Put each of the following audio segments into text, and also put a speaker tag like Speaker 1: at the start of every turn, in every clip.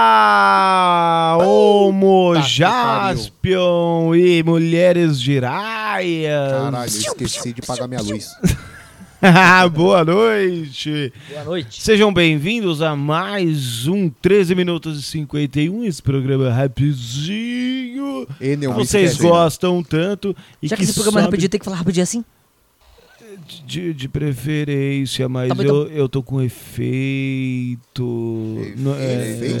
Speaker 1: Olá, Homo
Speaker 2: Puta que
Speaker 1: Jaspion e mulheres giraias.
Speaker 2: Caralho, esqueci de pagar minha luz.
Speaker 1: Boa noite.
Speaker 3: Boa noite.
Speaker 1: Sejam bem-vindos a mais um 13 minutos e 51, esse programa é rapidinho.
Speaker 2: Enel,
Speaker 1: Vocês
Speaker 2: esquece, né?
Speaker 1: gostam tanto e
Speaker 3: Já que,
Speaker 1: que
Speaker 3: esse programa é
Speaker 1: sobe
Speaker 3: rapidinho, tem que falar rapidinho assim?
Speaker 1: de, de preferência, mas
Speaker 3: Tá bom,
Speaker 1: eu, eu tô com efeito. Não, é,
Speaker 2: Efeito?
Speaker 1: é,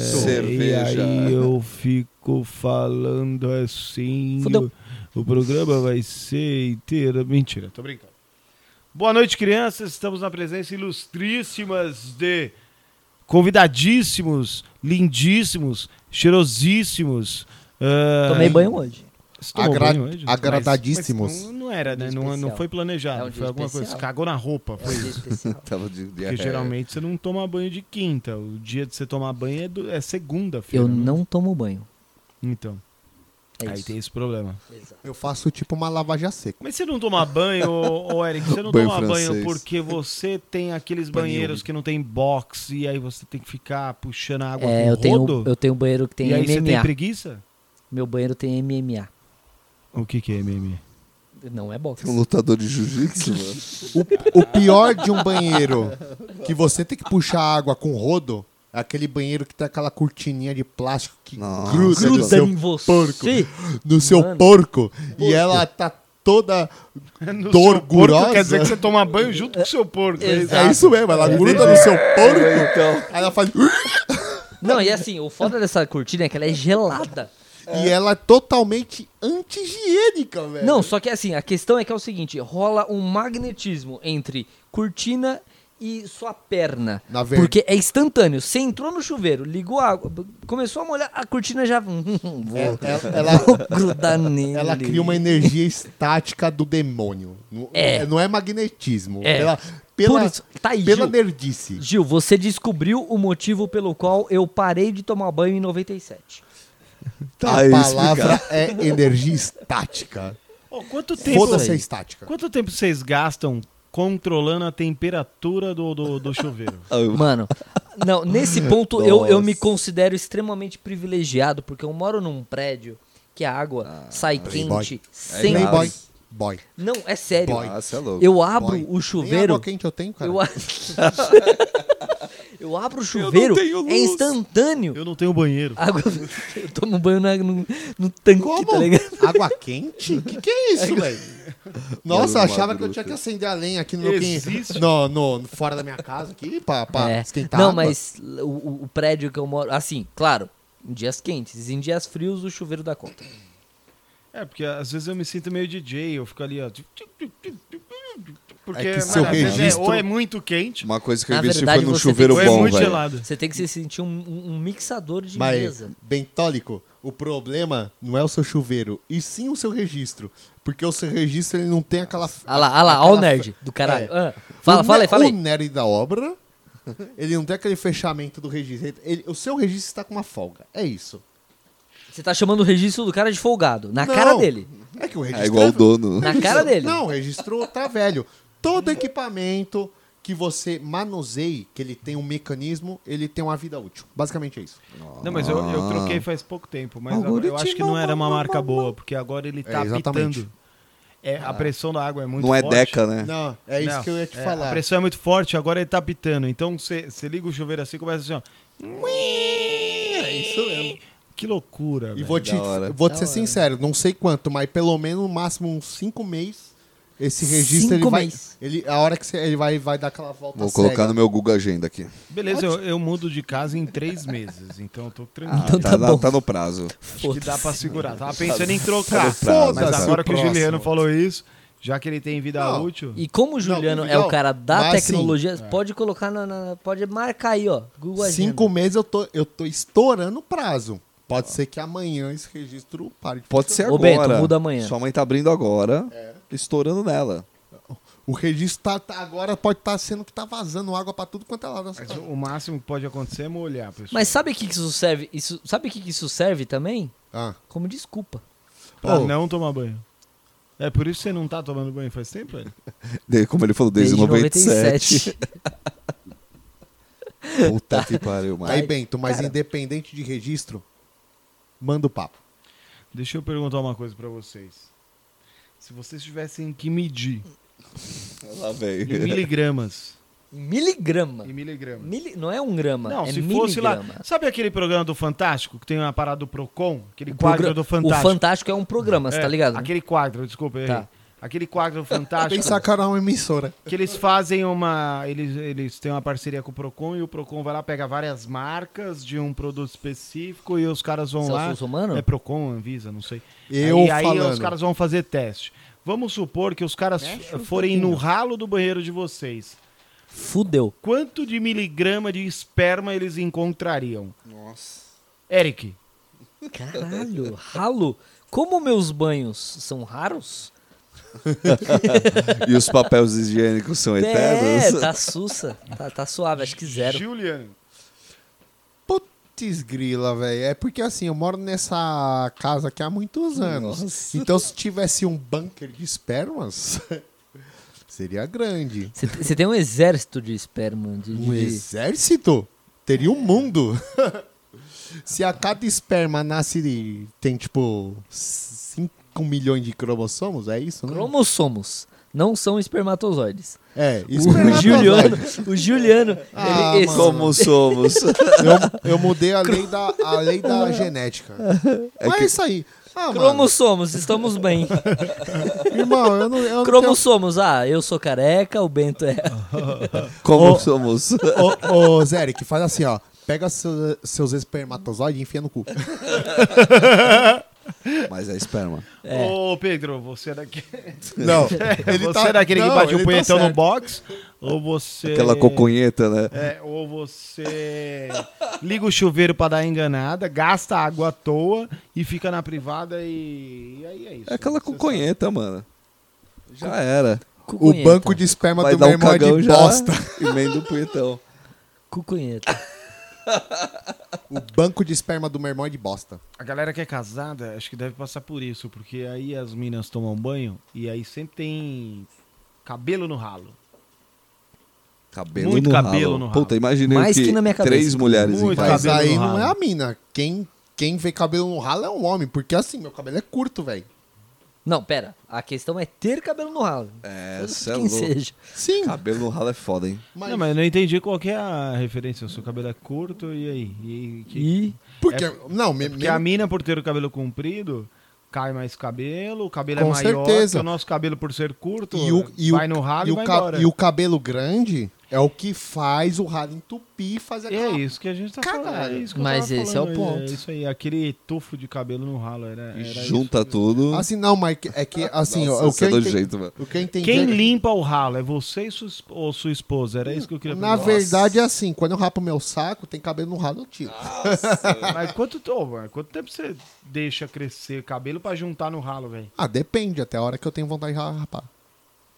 Speaker 1: E
Speaker 4: Cerveja.
Speaker 1: aí eu fico falando assim.
Speaker 3: Fudeu.
Speaker 1: O programa vai ser inteiro. Mentira, tô brincando. Boa noite, crianças. Estamos na presença ilustríssimas de convidadíssimos, lindíssimos, cheirosíssimos. ah,
Speaker 3: Tomei banho hoje.
Speaker 1: você tomou
Speaker 2: Agra-
Speaker 1: banho hoje?
Speaker 2: agradadíssimos.
Speaker 1: Mas- mas não, não era, né?
Speaker 3: Dia
Speaker 1: Não, não
Speaker 3: especial.
Speaker 1: foi planejado.
Speaker 3: É um dia
Speaker 1: foi alguma coisa.
Speaker 3: especial.
Speaker 1: Você cagou na roupa.
Speaker 3: É um
Speaker 1: Foi.
Speaker 3: dia especial.
Speaker 4: Tava de diarreia.
Speaker 2: É.
Speaker 1: Porque geralmente você não toma banho de quinta. O dia de você tomar banho é, do- é segunda-feira.
Speaker 3: Eu
Speaker 1: né?
Speaker 3: não tomo banho.
Speaker 1: Então.
Speaker 3: É
Speaker 1: aí
Speaker 3: isso.
Speaker 1: tem esse problema.
Speaker 3: Exato.
Speaker 2: Eu faço tipo uma lavaja seca.
Speaker 1: Mas você não toma banho, ô, ô, Eric, você não
Speaker 4: Banho
Speaker 1: toma banho
Speaker 4: francês.
Speaker 1: porque você tem aqueles banheiros que não tem box e aí você tem que ficar puxando a água
Speaker 3: É,
Speaker 1: com
Speaker 3: eu tenho,
Speaker 1: rodo?
Speaker 3: eu tenho um banheiro que tem
Speaker 1: e aí você tem
Speaker 3: MMA.
Speaker 1: preguiça?
Speaker 3: Meu banheiro tem MMA.
Speaker 1: O que, que é MMA?
Speaker 3: Não é boxe.
Speaker 4: Um lutador de jiu-jitsu, mano.
Speaker 2: O pior de um banheiro que você tem que puxar água com rodo é aquele banheiro que tem aquela cortininha de plástico que
Speaker 4: Nossa.
Speaker 2: gruda, no
Speaker 3: Gruda
Speaker 2: seu,
Speaker 3: em você. é
Speaker 2: porco. no seu
Speaker 3: Mano.
Speaker 2: porco e ela tá toda
Speaker 1: No
Speaker 2: dorgurosa.
Speaker 1: seu porco, quer dizer que você toma banho junto com o seu porco. é isso?
Speaker 2: É isso mesmo, ela gruda no seu
Speaker 1: É,
Speaker 2: porco.
Speaker 4: Então,
Speaker 2: Aí ela faz.
Speaker 3: Não, e assim, o foda dessa cortina é que ela é gelada.
Speaker 2: E ela é totalmente anti-higiênica, velho.
Speaker 3: Não, só que assim, a questão é que é o seguinte, rola um magnetismo entre cortina e sua perna.
Speaker 2: Na ver-
Speaker 3: porque é instantâneo. Você entrou no chuveiro, ligou a água, b- começou a molhar, a cortina já... Vou
Speaker 2: Ela- É, ela,
Speaker 3: grudar nele.
Speaker 2: Ela cria uma energia estática do demônio. Não é,
Speaker 3: É.
Speaker 2: não é magnetismo.
Speaker 3: É.
Speaker 2: Pela, pela,
Speaker 3: Por isso- tá aí,
Speaker 2: pela
Speaker 3: Gil.
Speaker 2: nerdice.
Speaker 3: Gil, você descobriu o motivo pelo qual eu parei de tomar banho em 97.
Speaker 4: tá
Speaker 2: a
Speaker 4: aí
Speaker 2: palavra
Speaker 4: explicado.
Speaker 2: é energia estática.
Speaker 1: Ô, quanto tempo
Speaker 2: Foda-se a
Speaker 3: aí.
Speaker 2: estática.
Speaker 1: Quanto tempo vocês gastam controlando a temperatura do, do, do chuveiro?
Speaker 4: Ah, eu-
Speaker 3: Mano, não, nesse ponto eu, eu me
Speaker 4: Nossa.
Speaker 3: considero extremamente privilegiado, porque eu moro num prédio que a água sai
Speaker 2: Ah, Playboy.
Speaker 3: quente
Speaker 4: É
Speaker 3: sempre.
Speaker 4: grave.
Speaker 2: Playboy. Boy.
Speaker 3: Não, é sério.
Speaker 2: Boy.
Speaker 4: Nossa, é louco.
Speaker 3: Eu abro
Speaker 2: boy.
Speaker 3: o
Speaker 2: Nem
Speaker 3: chuveiro.
Speaker 2: água quente eu tenho, cara.
Speaker 3: Eu, a- eu abro o chuveiro,
Speaker 4: tenho luz.
Speaker 3: é instantâneo.
Speaker 1: Eu não tenho banheiro.
Speaker 3: A Água, eu tomo banho na- no, no tanque,
Speaker 2: Como?
Speaker 3: tá ligado?
Speaker 2: Água quente? O que, que é isso, velho? Nossa, eu
Speaker 4: Era uma
Speaker 2: achava que eu
Speaker 4: gruta.
Speaker 2: tinha que acender a lenha aqui no meu quin-
Speaker 1: Existe?
Speaker 2: no, no, fora da minha casa aqui pra, pra
Speaker 3: É.
Speaker 2: esquentar
Speaker 3: Não,
Speaker 2: água.
Speaker 3: mas o- o, o prédio que eu moro. Assim, claro, em dias quentes, em dias frios, o chuveiro dá conta.
Speaker 1: É, porque às vezes eu me sinto meio DJ, eu fico ali, ó. Porque
Speaker 2: É que
Speaker 1: mas,
Speaker 2: seu
Speaker 1: às vezes, é-
Speaker 2: registro-
Speaker 1: ou é muito quente,
Speaker 4: Uma coisa que eu
Speaker 3: Na
Speaker 4: investi
Speaker 3: verdade,
Speaker 4: foi num
Speaker 3: você tem
Speaker 4: chuveiro
Speaker 1: ou é
Speaker 4: um bom,
Speaker 1: muito
Speaker 4: velho.
Speaker 1: gelado.
Speaker 3: Você tem que se sentir um, um- um mixador de
Speaker 2: Mas,
Speaker 3: mesa.
Speaker 2: Bentólico, o problema não é o seu chuveiro, e sim o seu registro. Porque o seu registro ele não tem aquela.
Speaker 3: Ah lá, ah lá,
Speaker 2: aquela
Speaker 3: ó o
Speaker 2: fe-
Speaker 3: nerd do caralho.
Speaker 2: É.
Speaker 3: Ah, fala,
Speaker 2: O
Speaker 3: fala
Speaker 2: ne-
Speaker 3: aí, fala
Speaker 2: O
Speaker 3: aí.
Speaker 2: nerd da obra, ele não tem aquele fechamento do registro. Ele- ele- o seu registro está com uma folga. É isso.
Speaker 3: Você tá chamando o registro do cara de folgado. Na
Speaker 2: Não,
Speaker 3: cara dele.
Speaker 2: É que o registro.
Speaker 4: É igual o dono.
Speaker 3: Na cara dele.
Speaker 2: Não, o registro tá velho. Todo equipamento que você manuseie, que ele tem um mecanismo, ele tem uma vida útil. Basicamente é isso.
Speaker 1: Não, mas eu, eu troquei faz pouco tempo, mas agora eu acho que não era uma marca boa, porque agora ele tá
Speaker 2: É, exatamente.
Speaker 1: apitando. É, a pressão da água é muito
Speaker 4: Não é
Speaker 1: forte.
Speaker 4: Deca, né?
Speaker 2: Não, é isso
Speaker 1: Não,
Speaker 2: que eu ia te
Speaker 1: é, A
Speaker 2: falar.
Speaker 1: pressão é muito forte, agora ele tá apitando. Então você você liga o chuveiro assim e começa assim, ó.
Speaker 2: É isso mesmo.
Speaker 1: Que loucura,
Speaker 2: E
Speaker 1: velho.
Speaker 2: vou te,
Speaker 4: Da hora.
Speaker 2: vou te ser sincero, não sei quanto, mas pelo menos no máximo uns 5 meses esse registro ele
Speaker 3: Cinco
Speaker 2: vai,
Speaker 3: meses.
Speaker 2: ele a hora que você, ele vai vai dar aquela volta
Speaker 3: Tá
Speaker 4: Vou colocar
Speaker 2: cega.
Speaker 4: no meu Google Agenda aqui.
Speaker 1: Beleza, eu, eu mudo de casa em três meses, então eu tô tranquilo.
Speaker 3: Então
Speaker 4: tá,
Speaker 3: tá
Speaker 4: na-
Speaker 3: bom.
Speaker 4: tá no prazo.
Speaker 1: Acho que dá pra segurar. Tava pensando em trocar.
Speaker 4: Tá no prazo,
Speaker 1: mas
Speaker 4: tá no
Speaker 1: agora que o
Speaker 2: próximo.
Speaker 1: Juliano falou isso, já que ele tem vida
Speaker 2: Não,
Speaker 1: útil.
Speaker 3: E como o Juliano é
Speaker 2: legal,
Speaker 3: o cara da
Speaker 2: mas assim,
Speaker 3: tecnologia, pode colocar na, na- Pode marcar aí, ó. Google Agenda.
Speaker 2: Cinco meses eu tô eu tô estourando o prazo. Pode ser que amanhã esse registro pare. de
Speaker 4: Tá. Pode ser
Speaker 3: Ô,
Speaker 4: agora. É.
Speaker 3: Bento, muda amanhã.
Speaker 4: Sua mãe tá abrindo agora, estourando nela.
Speaker 2: O registro tá, tá- agora pode estar sendo que tá vazando água pra tudo quanto é lado.
Speaker 1: Mas o máximo que pode acontecer é molhar, pessoal.
Speaker 3: Mas sabe o que, que isso serve? Isso, sabe o que, que isso serve também?
Speaker 2: Ah.
Speaker 3: Como desculpa.
Speaker 1: Pra
Speaker 2: Ô,
Speaker 1: não tomar banho. É por isso que você não tá tomando banho faz tempo, velho?
Speaker 4: De- Como ele falou, desde, 97. Puta que pariu, mano.
Speaker 2: Aí, Tá Bento, mas independente de registro, manda o papo.
Speaker 1: Deixa eu perguntar uma coisa pra vocês. Se vocês tivessem que medir
Speaker 4: Lá
Speaker 1: em
Speaker 4: veio.
Speaker 1: miligramas.
Speaker 3: Em miligrama.
Speaker 1: em miligramas.
Speaker 3: Mili- Não é um grama,
Speaker 1: Não,
Speaker 3: é
Speaker 1: se
Speaker 3: miligrama.
Speaker 1: fosse lá. Sabe aquele programa do Fantástico que tem uma parada do Procon? Aquele
Speaker 3: O
Speaker 1: quadro
Speaker 3: progra-
Speaker 1: do Fantástico.
Speaker 3: O Fantástico é um programa, você
Speaker 1: É,
Speaker 3: tá ligado? né?
Speaker 1: Aquele quadro, desculpa, eu
Speaker 3: Tá.
Speaker 1: errei. Aquele quadro do fantástico.
Speaker 2: Tem sacarar uma emissora.
Speaker 1: Que eles fazem uma. Eles, eles têm uma parceria com o Procon e o Procon vai lá, pega várias marcas de um produto específico e os caras vão
Speaker 3: Celso
Speaker 1: lá.
Speaker 3: Russomano?
Speaker 1: É Procon, Anvisa, não sei.
Speaker 2: Eu
Speaker 1: e aí
Speaker 2: falando.
Speaker 1: os caras vão fazer teste. Vamos supor que os caras f- forem
Speaker 3: Um
Speaker 1: no ralo do banheiro de vocês.
Speaker 3: Fudeu.
Speaker 1: Quanto de miligrama de esperma eles encontrariam?
Speaker 4: Nossa.
Speaker 1: Eric,
Speaker 3: Caralho, ralo. Como meus banhos são raros,
Speaker 4: E os papéis higiênicos são
Speaker 3: é,
Speaker 4: eternos?
Speaker 3: tá sussa, tá, tá suave, acho que zero.
Speaker 1: Juliano.
Speaker 2: Putz grila, velho. É porque assim, eu moro nessa casa aqui há muitos anos.
Speaker 4: Nossa.
Speaker 2: Então se tivesse um bunker de espermas, seria grande.
Speaker 3: Você te- você tem um exército de esperma, de,
Speaker 2: Um
Speaker 3: de-
Speaker 2: exército? Teria
Speaker 4: É.
Speaker 2: um mundo. se a cada esperma nasce de- tem tipo 5 milhões de cromossomos, é isso, né?
Speaker 3: cromossomos. Não são espermatozoides.
Speaker 2: É,
Speaker 3: O
Speaker 2: espermatozoide.
Speaker 3: Juliano, o Juliano,
Speaker 2: Ah,
Speaker 3: ele, esse-
Speaker 2: mano.
Speaker 4: Como somos?
Speaker 2: Eu, eu mudei a lei da, a lei da genética. Mas é isso aí. Ah, mano,
Speaker 3: cromossomos, estamos bem.
Speaker 2: irmão, eu não, eu não tenho
Speaker 3: Cromossomos, ah, eu sou careca, o Bento é.
Speaker 4: Como
Speaker 2: Ô.
Speaker 4: somos?
Speaker 2: Ô, ô Zé, que faz assim, ó. Pega seu- seus espermatozoides e enfia no cu.
Speaker 4: Mas é esperma.
Speaker 3: É.
Speaker 1: Ô, Pedro, você é daqui.
Speaker 2: Não,
Speaker 1: você é daquele que bate o punhetão no
Speaker 2: bola.
Speaker 1: box? Ou você.
Speaker 3: É.
Speaker 4: Aquela coconheta, né?
Speaker 1: É, ou você liga o chuveiro pra dar enganada, gasta água à toa e fica na privada e, e aí é isso.
Speaker 4: É aquela
Speaker 1: Você sabe.
Speaker 4: coconheta, mano. Já era.
Speaker 2: O
Speaker 3: Cucunheta,
Speaker 2: banco de esperma
Speaker 4: Vai
Speaker 2: do meu
Speaker 4: dar um
Speaker 2: irmão é
Speaker 4: cagão
Speaker 2: de
Speaker 4: já.
Speaker 2: bosta.
Speaker 4: Emenda o punhetão.
Speaker 3: Cucunheta.
Speaker 2: O banco de esperma do meu irmão é de bosta.
Speaker 1: A galera que é casada, acho que deve passar por isso, porque aí as minas tomam banho e aí sempre tem cabelo no ralo.
Speaker 4: Cabelo
Speaker 1: Muito
Speaker 4: no
Speaker 1: cabelo
Speaker 4: ralo.
Speaker 1: no ralo.
Speaker 4: Puta, imaginei
Speaker 3: Mais
Speaker 4: que,
Speaker 3: que na minha cabeça.
Speaker 4: três mulheres em
Speaker 1: Muito
Speaker 4: casa.
Speaker 2: Mas
Speaker 1: cabelo
Speaker 2: aí
Speaker 1: no
Speaker 2: não é
Speaker 1: ralo.
Speaker 2: a mina. Quem, quem vê cabelo no ralo é um homem, porque assim, meu cabelo é curto, velho.
Speaker 3: Não, pera. A questão é ter cabelo no ralo.
Speaker 4: É,
Speaker 3: Foda-se
Speaker 4: cê é
Speaker 3: quem
Speaker 4: louco.
Speaker 3: seja.
Speaker 2: Sim,
Speaker 4: Cabelo no ralo é foda, hein?
Speaker 2: mas,
Speaker 1: Não, mas eu não entendi qual que é a referência. O seu cabelo é curto e aí? E, que-
Speaker 3: E
Speaker 2: porque... não, me,
Speaker 1: é Porque a mina, por ter o cabelo comprido, cai mais cabelo, o cabelo é
Speaker 2: Com
Speaker 1: maior
Speaker 2: certeza.
Speaker 1: que o nosso cabelo por ser curto,
Speaker 2: e o, e o-
Speaker 1: vai no ralo e,
Speaker 2: e o
Speaker 1: vai
Speaker 2: ca-
Speaker 1: embora.
Speaker 2: e o cabelo grande é o que faz o ralo entupir e fazer
Speaker 1: É
Speaker 2: aquela
Speaker 1: isso que a gente tá
Speaker 2: Caralho.
Speaker 1: falando. é isso que eu
Speaker 3: Mas
Speaker 1: tava
Speaker 3: esse é o
Speaker 1: falando,
Speaker 3: ponto.
Speaker 1: isso aí, aquele tufo de cabelo no ralo. Era, era
Speaker 4: Junta tudo.
Speaker 2: Assim, não, mas que- é que, assim,
Speaker 4: Nossa,
Speaker 2: ó, o,
Speaker 4: você
Speaker 2: que
Speaker 4: é
Speaker 2: eu
Speaker 4: do
Speaker 2: entendi,
Speaker 4: jeito, mano.
Speaker 2: o que eu
Speaker 1: isso.
Speaker 2: entendi...
Speaker 1: Quem
Speaker 2: é que-
Speaker 1: limpa o ralo? É você e sua, esp- ou sua esposa? Era isso que eu queria
Speaker 2: Na
Speaker 1: perguntar.
Speaker 2: verdade, é assim, quando eu rapo meu saco, tem cabelo no ralo, eu tiro.
Speaker 1: Mas quanto, ô, mano, quanto tempo você deixa crescer cabelo pra juntar no ralo, velho?
Speaker 2: Ah, depende, até a hora que eu tenho vontade de rapar.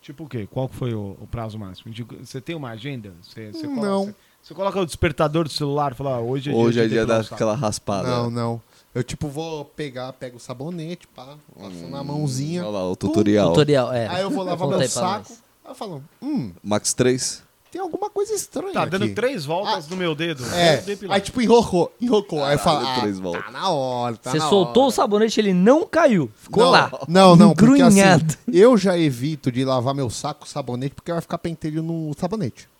Speaker 1: Tipo o quê? Qual que foi o, o prazo máximo? Digo, Você tem uma agenda? Você, você
Speaker 2: Não.
Speaker 1: Coloca, você, você coloca o despertador do celular e fala, ah, hoje é
Speaker 4: Hoje
Speaker 1: dia,
Speaker 4: é dia
Speaker 1: depilar o saco.
Speaker 4: daquela raspada.
Speaker 2: Não, não. Eu, tipo, vou pegar, pego o sabonete, pá, passo na mãozinha.
Speaker 4: Hum, Olha lá, o tutorial.
Speaker 3: tutorial, é.
Speaker 2: Aí eu vou lavar
Speaker 3: Conta
Speaker 2: meu
Speaker 3: aí pra nós.
Speaker 2: saco. Aí eu falo, hum,
Speaker 4: Max 3.
Speaker 2: tem alguma coisa estranha
Speaker 1: Tá
Speaker 2: aqui.
Speaker 1: dando três voltas no meu dedo.
Speaker 2: É,
Speaker 1: Vou depilar.
Speaker 2: aí tipo, enrocou, enrocou. Aí eu falo,
Speaker 4: Caralho,
Speaker 2: ah,
Speaker 4: três voltas.
Speaker 2: tá na hora, tá
Speaker 3: Você
Speaker 2: na
Speaker 3: soltou
Speaker 2: hora.
Speaker 3: o sabonete, ele não caiu. Ficou
Speaker 2: não,
Speaker 3: lá.
Speaker 2: Não, não, porque assim,
Speaker 3: Grunhado.
Speaker 2: eu já evito de lavar meu saco com sabonete porque vai ficar pentelho no sabonete.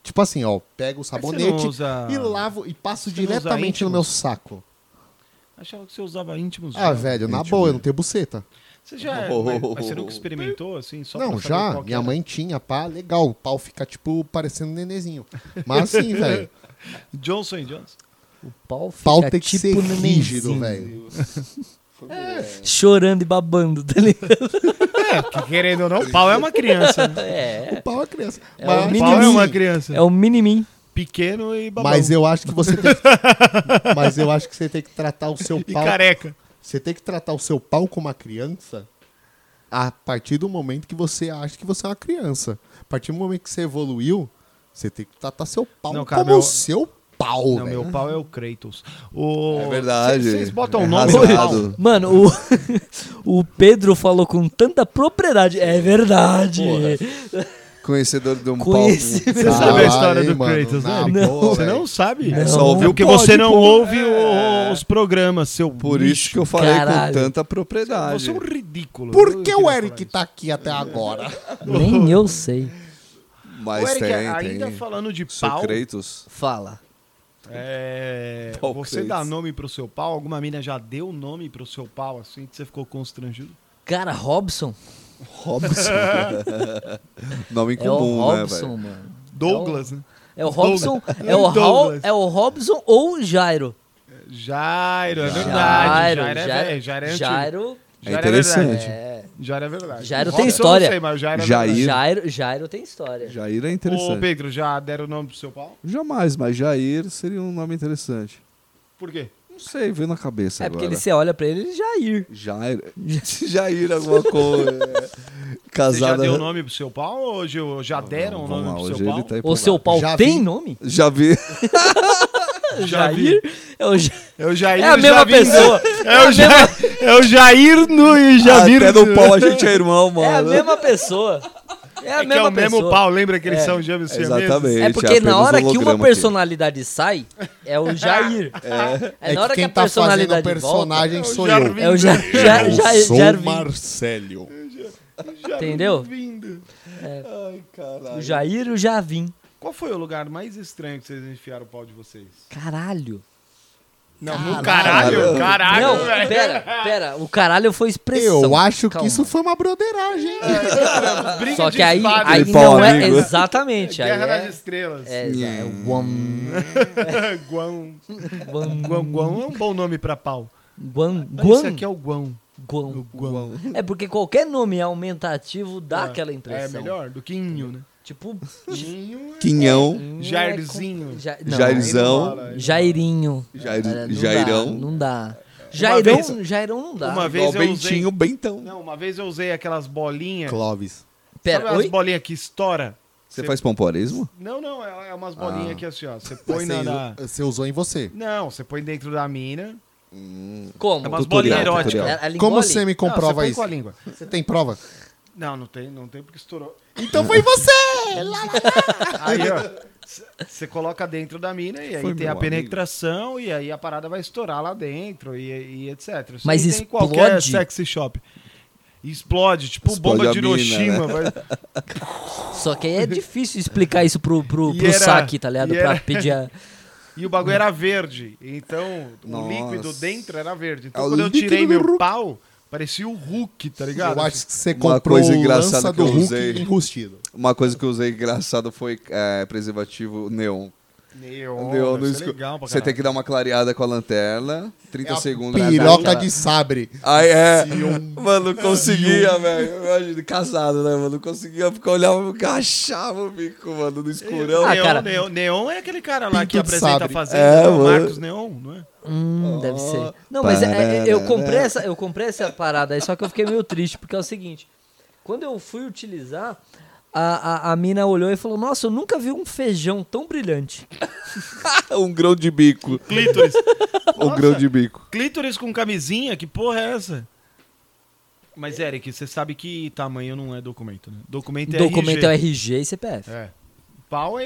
Speaker 2: Tipo assim, ó, pego o
Speaker 1: que você não
Speaker 2: sabonete
Speaker 1: usa-
Speaker 2: e lavo e
Speaker 1: Você
Speaker 2: passo
Speaker 1: não usa
Speaker 2: diretamente no
Speaker 1: íntimos?
Speaker 2: meu saco.
Speaker 1: Achava que você usava íntimos.
Speaker 2: Ah,
Speaker 1: né?
Speaker 2: velho, na
Speaker 4: Íntimo,
Speaker 2: boa,
Speaker 4: né?
Speaker 2: eu não tenho buceta.
Speaker 1: Você já. é,
Speaker 4: Oh.
Speaker 1: Mas, mas você nunca experimentou, assim? Só
Speaker 2: não,
Speaker 1: pra saber
Speaker 2: já,
Speaker 1: qual que
Speaker 2: minha
Speaker 1: era?
Speaker 2: mãe tinha, pá, legal, o pau fica tipo parecendo um nenezinho. Mas assim, velho,
Speaker 1: Johnson Johnson.
Speaker 3: O pau fica
Speaker 2: pau tem que
Speaker 3: tipo
Speaker 2: ser
Speaker 3: nenenzinho.
Speaker 2: rígido, velho.
Speaker 3: Chorando e babando, tá ligado?
Speaker 1: Que, querendo ou não, o pau é uma criança. né?
Speaker 3: É.
Speaker 2: O pau é criança.
Speaker 3: É
Speaker 2: Mas-
Speaker 1: O
Speaker 3: um mini
Speaker 1: pau é
Speaker 3: mim.
Speaker 1: uma criança.
Speaker 3: É o mini-min.
Speaker 1: Pequeno e babão.
Speaker 2: Mas eu acho que você tem que... Mas eu acho que você tem que tratar o seu
Speaker 1: E
Speaker 2: pau
Speaker 1: careca.
Speaker 2: Você tem que tratar o seu pau como uma criança a partir do momento que você acha que você é uma criança. A partir do momento que você evoluiu, você tem que tratar seu pau
Speaker 1: Não, cara,
Speaker 2: como o
Speaker 1: meu-
Speaker 2: seu pau,
Speaker 1: Não,
Speaker 2: velho.
Speaker 1: meu pau é o Kratos. O-
Speaker 4: É verdade.
Speaker 1: Vocês- Vocês botam
Speaker 4: É
Speaker 1: o nome do
Speaker 4: rasgado.
Speaker 1: pau.
Speaker 3: Mano, o, o Pedro falou com tanta propriedade. É verdade.
Speaker 4: Conhecedor de um
Speaker 3: Conhecedor.
Speaker 4: pau.
Speaker 1: Você sabe a
Speaker 2: lá,
Speaker 1: história
Speaker 2: hein,
Speaker 1: do
Speaker 2: mano,
Speaker 1: Kratos, né?
Speaker 2: na
Speaker 1: Não.
Speaker 2: boa,
Speaker 1: Você
Speaker 2: velho.
Speaker 1: não sabe. É.
Speaker 3: É
Speaker 4: só ouvir
Speaker 1: ouviu
Speaker 4: o
Speaker 1: Porque
Speaker 4: que
Speaker 1: você
Speaker 4: pode,
Speaker 1: não
Speaker 4: pô.
Speaker 1: ouve o- os programas, seu
Speaker 4: Por isso que eu falei
Speaker 3: Caralho.
Speaker 4: com tanta
Speaker 1: eu...
Speaker 4: propriedade.
Speaker 1: Você é um ridículo.
Speaker 2: Por que
Speaker 1: Eu
Speaker 2: o
Speaker 1: queria
Speaker 2: Eric
Speaker 1: falar
Speaker 2: tá aqui até agora?
Speaker 3: Nem eu sei.
Speaker 1: Ah, isso.
Speaker 4: Mas
Speaker 1: Ô, Eric,
Speaker 4: tem,
Speaker 1: ainda
Speaker 4: tem.
Speaker 1: falando de pau,
Speaker 4: Sou Kratos.
Speaker 3: Fala.
Speaker 1: é,
Speaker 4: Pau
Speaker 1: você
Speaker 4: Kratos.
Speaker 1: dá nome pro seu pau? Alguma mina já deu nome pro seu pau, assim, que você ficou constrangido?
Speaker 3: Cara, Robson
Speaker 4: Robson. Nome
Speaker 3: é o
Speaker 4: comum, né,
Speaker 3: Robson,
Speaker 4: velho? né?
Speaker 3: mano.
Speaker 1: Douglas, né?
Speaker 3: É o Robson, é o, Hal,
Speaker 1: Douglas.
Speaker 3: é o Robson ou o Jairo.
Speaker 1: Jairo, é verdade. Jairo, é
Speaker 3: Jairo-
Speaker 1: velho, Jairo é antigo.
Speaker 3: Jairo,
Speaker 4: É
Speaker 1: Jairo
Speaker 4: interessante.
Speaker 1: verdade.
Speaker 3: é,
Speaker 1: Jairo é verdade.
Speaker 3: Jairo
Speaker 1: O
Speaker 3: tem
Speaker 1: Robson
Speaker 3: história.
Speaker 1: Eu não sei, mas o Jairo é
Speaker 4: Jair.
Speaker 1: verdade.
Speaker 3: Jairo, Jairo tem história.
Speaker 4: Jair é
Speaker 1: Ô,
Speaker 4: interessante.
Speaker 1: Pedro, já deram o nome pro seu pau?
Speaker 4: Jamais, mas Jair seria um nome interessante.
Speaker 1: Por quê?
Speaker 4: Não sei, veio na cabeça
Speaker 3: É
Speaker 4: agora.
Speaker 3: porque ele, você olha pra ele, ele Jair.
Speaker 4: Jair. Jair alguma coisa. é.
Speaker 1: Você já
Speaker 4: Casada.
Speaker 1: deu o nome pro seu pau ou hoje já deram o
Speaker 4: Vamos
Speaker 1: nome
Speaker 4: lá,
Speaker 1: pro
Speaker 4: hoje
Speaker 1: seu pau?
Speaker 4: ele tá
Speaker 3: Ou
Speaker 4: empolgado.
Speaker 3: seu pau
Speaker 2: Já
Speaker 3: tem
Speaker 2: vi.
Speaker 3: nome?
Speaker 4: Já vi.
Speaker 1: Já
Speaker 3: Jair? É o Ja-
Speaker 1: Eu já
Speaker 3: É a mesma pessoa.
Speaker 1: É o, ja... é o Jair no e Jair.
Speaker 4: Até no pau a gente é irmão, mano.
Speaker 3: É a mesma pessoa. É a
Speaker 1: É que
Speaker 3: mesma
Speaker 1: é o
Speaker 3: pessoa.
Speaker 1: mesmo pau, lembra que eles
Speaker 3: É.
Speaker 1: são gêmeos siameses?
Speaker 4: Exatamente.
Speaker 3: É porque
Speaker 4: apenas
Speaker 3: na hora que uma
Speaker 4: um holograma
Speaker 3: personalidade sai, é o Jair. É,
Speaker 2: É
Speaker 3: na hora que,
Speaker 2: que quem
Speaker 3: a
Speaker 2: tá fazendo o
Speaker 3: personalidade volta,
Speaker 2: personagem
Speaker 1: É o
Speaker 2: sou eu.
Speaker 1: Jarvin.
Speaker 3: é o Ja- Ja-
Speaker 2: eu
Speaker 3: Ja-
Speaker 2: sou
Speaker 3: Jarvin.
Speaker 2: Marcelo.
Speaker 1: Já
Speaker 3: Entendeu?
Speaker 1: vindo.
Speaker 4: Ai, caralho.
Speaker 3: O Jair e o Javim.
Speaker 1: Qual foi o lugar mais estranho que vocês enfiaram o pau de vocês?
Speaker 3: Caralho.
Speaker 1: Não, no caralho,
Speaker 4: Caralho.
Speaker 1: caralho,
Speaker 3: Não,
Speaker 1: velho.
Speaker 3: pera, pera. O caralho foi expressão.
Speaker 2: Eu acho que
Speaker 3: Calma.
Speaker 2: isso foi uma broderagem. hein?
Speaker 1: Briga
Speaker 3: Só
Speaker 1: de
Speaker 3: que aí,
Speaker 1: espada.
Speaker 3: aí
Speaker 4: De pau
Speaker 3: não é...
Speaker 4: amigo.
Speaker 3: Exatamente. aí
Speaker 1: Guerra
Speaker 3: é-
Speaker 1: nas Estrelas.
Speaker 3: é, exa- é o Guam...
Speaker 1: Guão.
Speaker 3: Guam...
Speaker 1: Guão, Guão é um bom nome pra pau.
Speaker 3: Guam...
Speaker 1: Mas Esse
Speaker 3: Guam...
Speaker 1: aqui é o Guão.
Speaker 3: Guam...
Speaker 1: O Guão.
Speaker 3: É porque qualquer nome aumentativo dá aquela
Speaker 1: É
Speaker 3: impressão.
Speaker 1: melhor do que Inho, né?
Speaker 3: Tipo...
Speaker 1: Inho
Speaker 4: Quinhão.
Speaker 3: não é
Speaker 1: Jairzinho.
Speaker 3: com- Ja- não,
Speaker 4: Jairzão.
Speaker 1: aí não-
Speaker 3: Jairinho.
Speaker 4: Jair-
Speaker 3: Cara, não
Speaker 4: Jairão.
Speaker 3: Dá, não dá. Jairão,
Speaker 1: vez-
Speaker 3: Jairão não dá.
Speaker 1: Uma
Speaker 4: Igual
Speaker 1: vez eu usei...
Speaker 4: Bentinho, Bentão.
Speaker 1: Não, uma vez eu usei aquelas bolinhas.
Speaker 2: Clóvis.
Speaker 3: Pera,
Speaker 1: sabe as
Speaker 3: oi?
Speaker 1: bolinhas que estoura?
Speaker 4: Você faz pompoarismo?
Speaker 1: Não, não, é, é umas bolinhas
Speaker 4: Ah.
Speaker 1: que assim, ó. Você põe
Speaker 2: Mas
Speaker 1: na,
Speaker 2: Você,
Speaker 1: na-
Speaker 2: você usou em você.
Speaker 1: Não, você põe dentro da mina.
Speaker 3: Como?
Speaker 1: É umas
Speaker 4: Tutorial,
Speaker 1: bolinhas eróticas.
Speaker 4: tutorial.
Speaker 3: Ela- ela
Speaker 2: Como
Speaker 3: engole?
Speaker 2: você me
Speaker 1: não, você
Speaker 2: comprova
Speaker 1: põe
Speaker 2: isso?
Speaker 1: com a língua.
Speaker 2: Você tem prova?
Speaker 1: Não, não tem, não tem porque estourou.
Speaker 2: Então foi em você! Lá, lá.
Speaker 1: Aí, ó. c- Você coloca dentro da mina e aí
Speaker 4: Foi
Speaker 1: tem
Speaker 4: meu
Speaker 1: a
Speaker 4: amigo.
Speaker 1: penetração e aí a parada vai estourar lá dentro e, e etc. Isso
Speaker 3: Mas
Speaker 1: aí tem em qualquer
Speaker 3: explode?
Speaker 1: sexy shop. Explode, tipo
Speaker 4: Explode
Speaker 1: bomba
Speaker 4: a
Speaker 1: de
Speaker 4: mina, né?
Speaker 1: Hiroshima. vai-
Speaker 3: Só que aí é difícil explicar isso pro, pro,
Speaker 1: E
Speaker 3: pro
Speaker 1: era-
Speaker 3: saque, tá ligado?
Speaker 1: e
Speaker 3: Pra
Speaker 1: era-
Speaker 3: pedir a...
Speaker 1: E o bagulho era verde. Então, o
Speaker 4: Nossa.
Speaker 1: líquido dentro era verde. Então,
Speaker 4: É o
Speaker 1: quando eu
Speaker 4: líquido
Speaker 1: tirei
Speaker 4: do
Speaker 1: meu
Speaker 4: Hulk.
Speaker 1: pau, parecia o Hulk, tá ligado?
Speaker 2: Eu acho que você
Speaker 4: Uma
Speaker 2: comprou
Speaker 4: coisa
Speaker 2: o
Speaker 4: engraçada
Speaker 2: lança
Speaker 4: que
Speaker 2: do
Speaker 4: eu
Speaker 2: Hulk
Speaker 4: usei.
Speaker 2: enrustido.
Speaker 4: Uma coisa que eu usei engraçado foi é, preservativo neon.
Speaker 1: Neon,
Speaker 4: neon
Speaker 1: isso
Speaker 4: no
Speaker 1: é
Speaker 4: escuro.
Speaker 1: legal pra
Speaker 4: Você tem
Speaker 1: caralho.
Speaker 4: que dar uma clareada com a lanterna. 30
Speaker 2: É a
Speaker 4: segundos.
Speaker 2: Piroca
Speaker 3: aquela-
Speaker 2: de sabre.
Speaker 4: Aí é. Mano, conseguia, velho. Imagina, casado, né, mano? Conseguia porque eu olhava e achava o bico, mano, no escurão.
Speaker 3: Ah,
Speaker 1: neon,
Speaker 3: cara.
Speaker 1: neon, neon é aquele cara lá
Speaker 2: Pinto
Speaker 1: que
Speaker 2: de
Speaker 1: apresenta a
Speaker 2: sabre.
Speaker 1: fazenda,
Speaker 4: É,
Speaker 1: é, o
Speaker 4: mano.
Speaker 1: Marcos Neon, não é?
Speaker 3: Hum, deve ser. Não, mas é- é- eu,
Speaker 4: né?
Speaker 3: comprei essa, eu comprei essa parada aí, só que eu fiquei meio triste, porque é o seguinte. Quando eu fui utilizar, a, a, a mina olhou e falou, nossa, eu nunca vi um feijão tão brilhante.
Speaker 4: um grão de bico.
Speaker 1: Clítoris.
Speaker 4: Um grão de bico.
Speaker 1: Clítoris com camisinha, que porra é essa? Mas, Eric, você sabe que tamanho não é documento, né? Documento é
Speaker 3: Documento é
Speaker 1: RG.
Speaker 3: RG e CPF.
Speaker 1: É. Pau é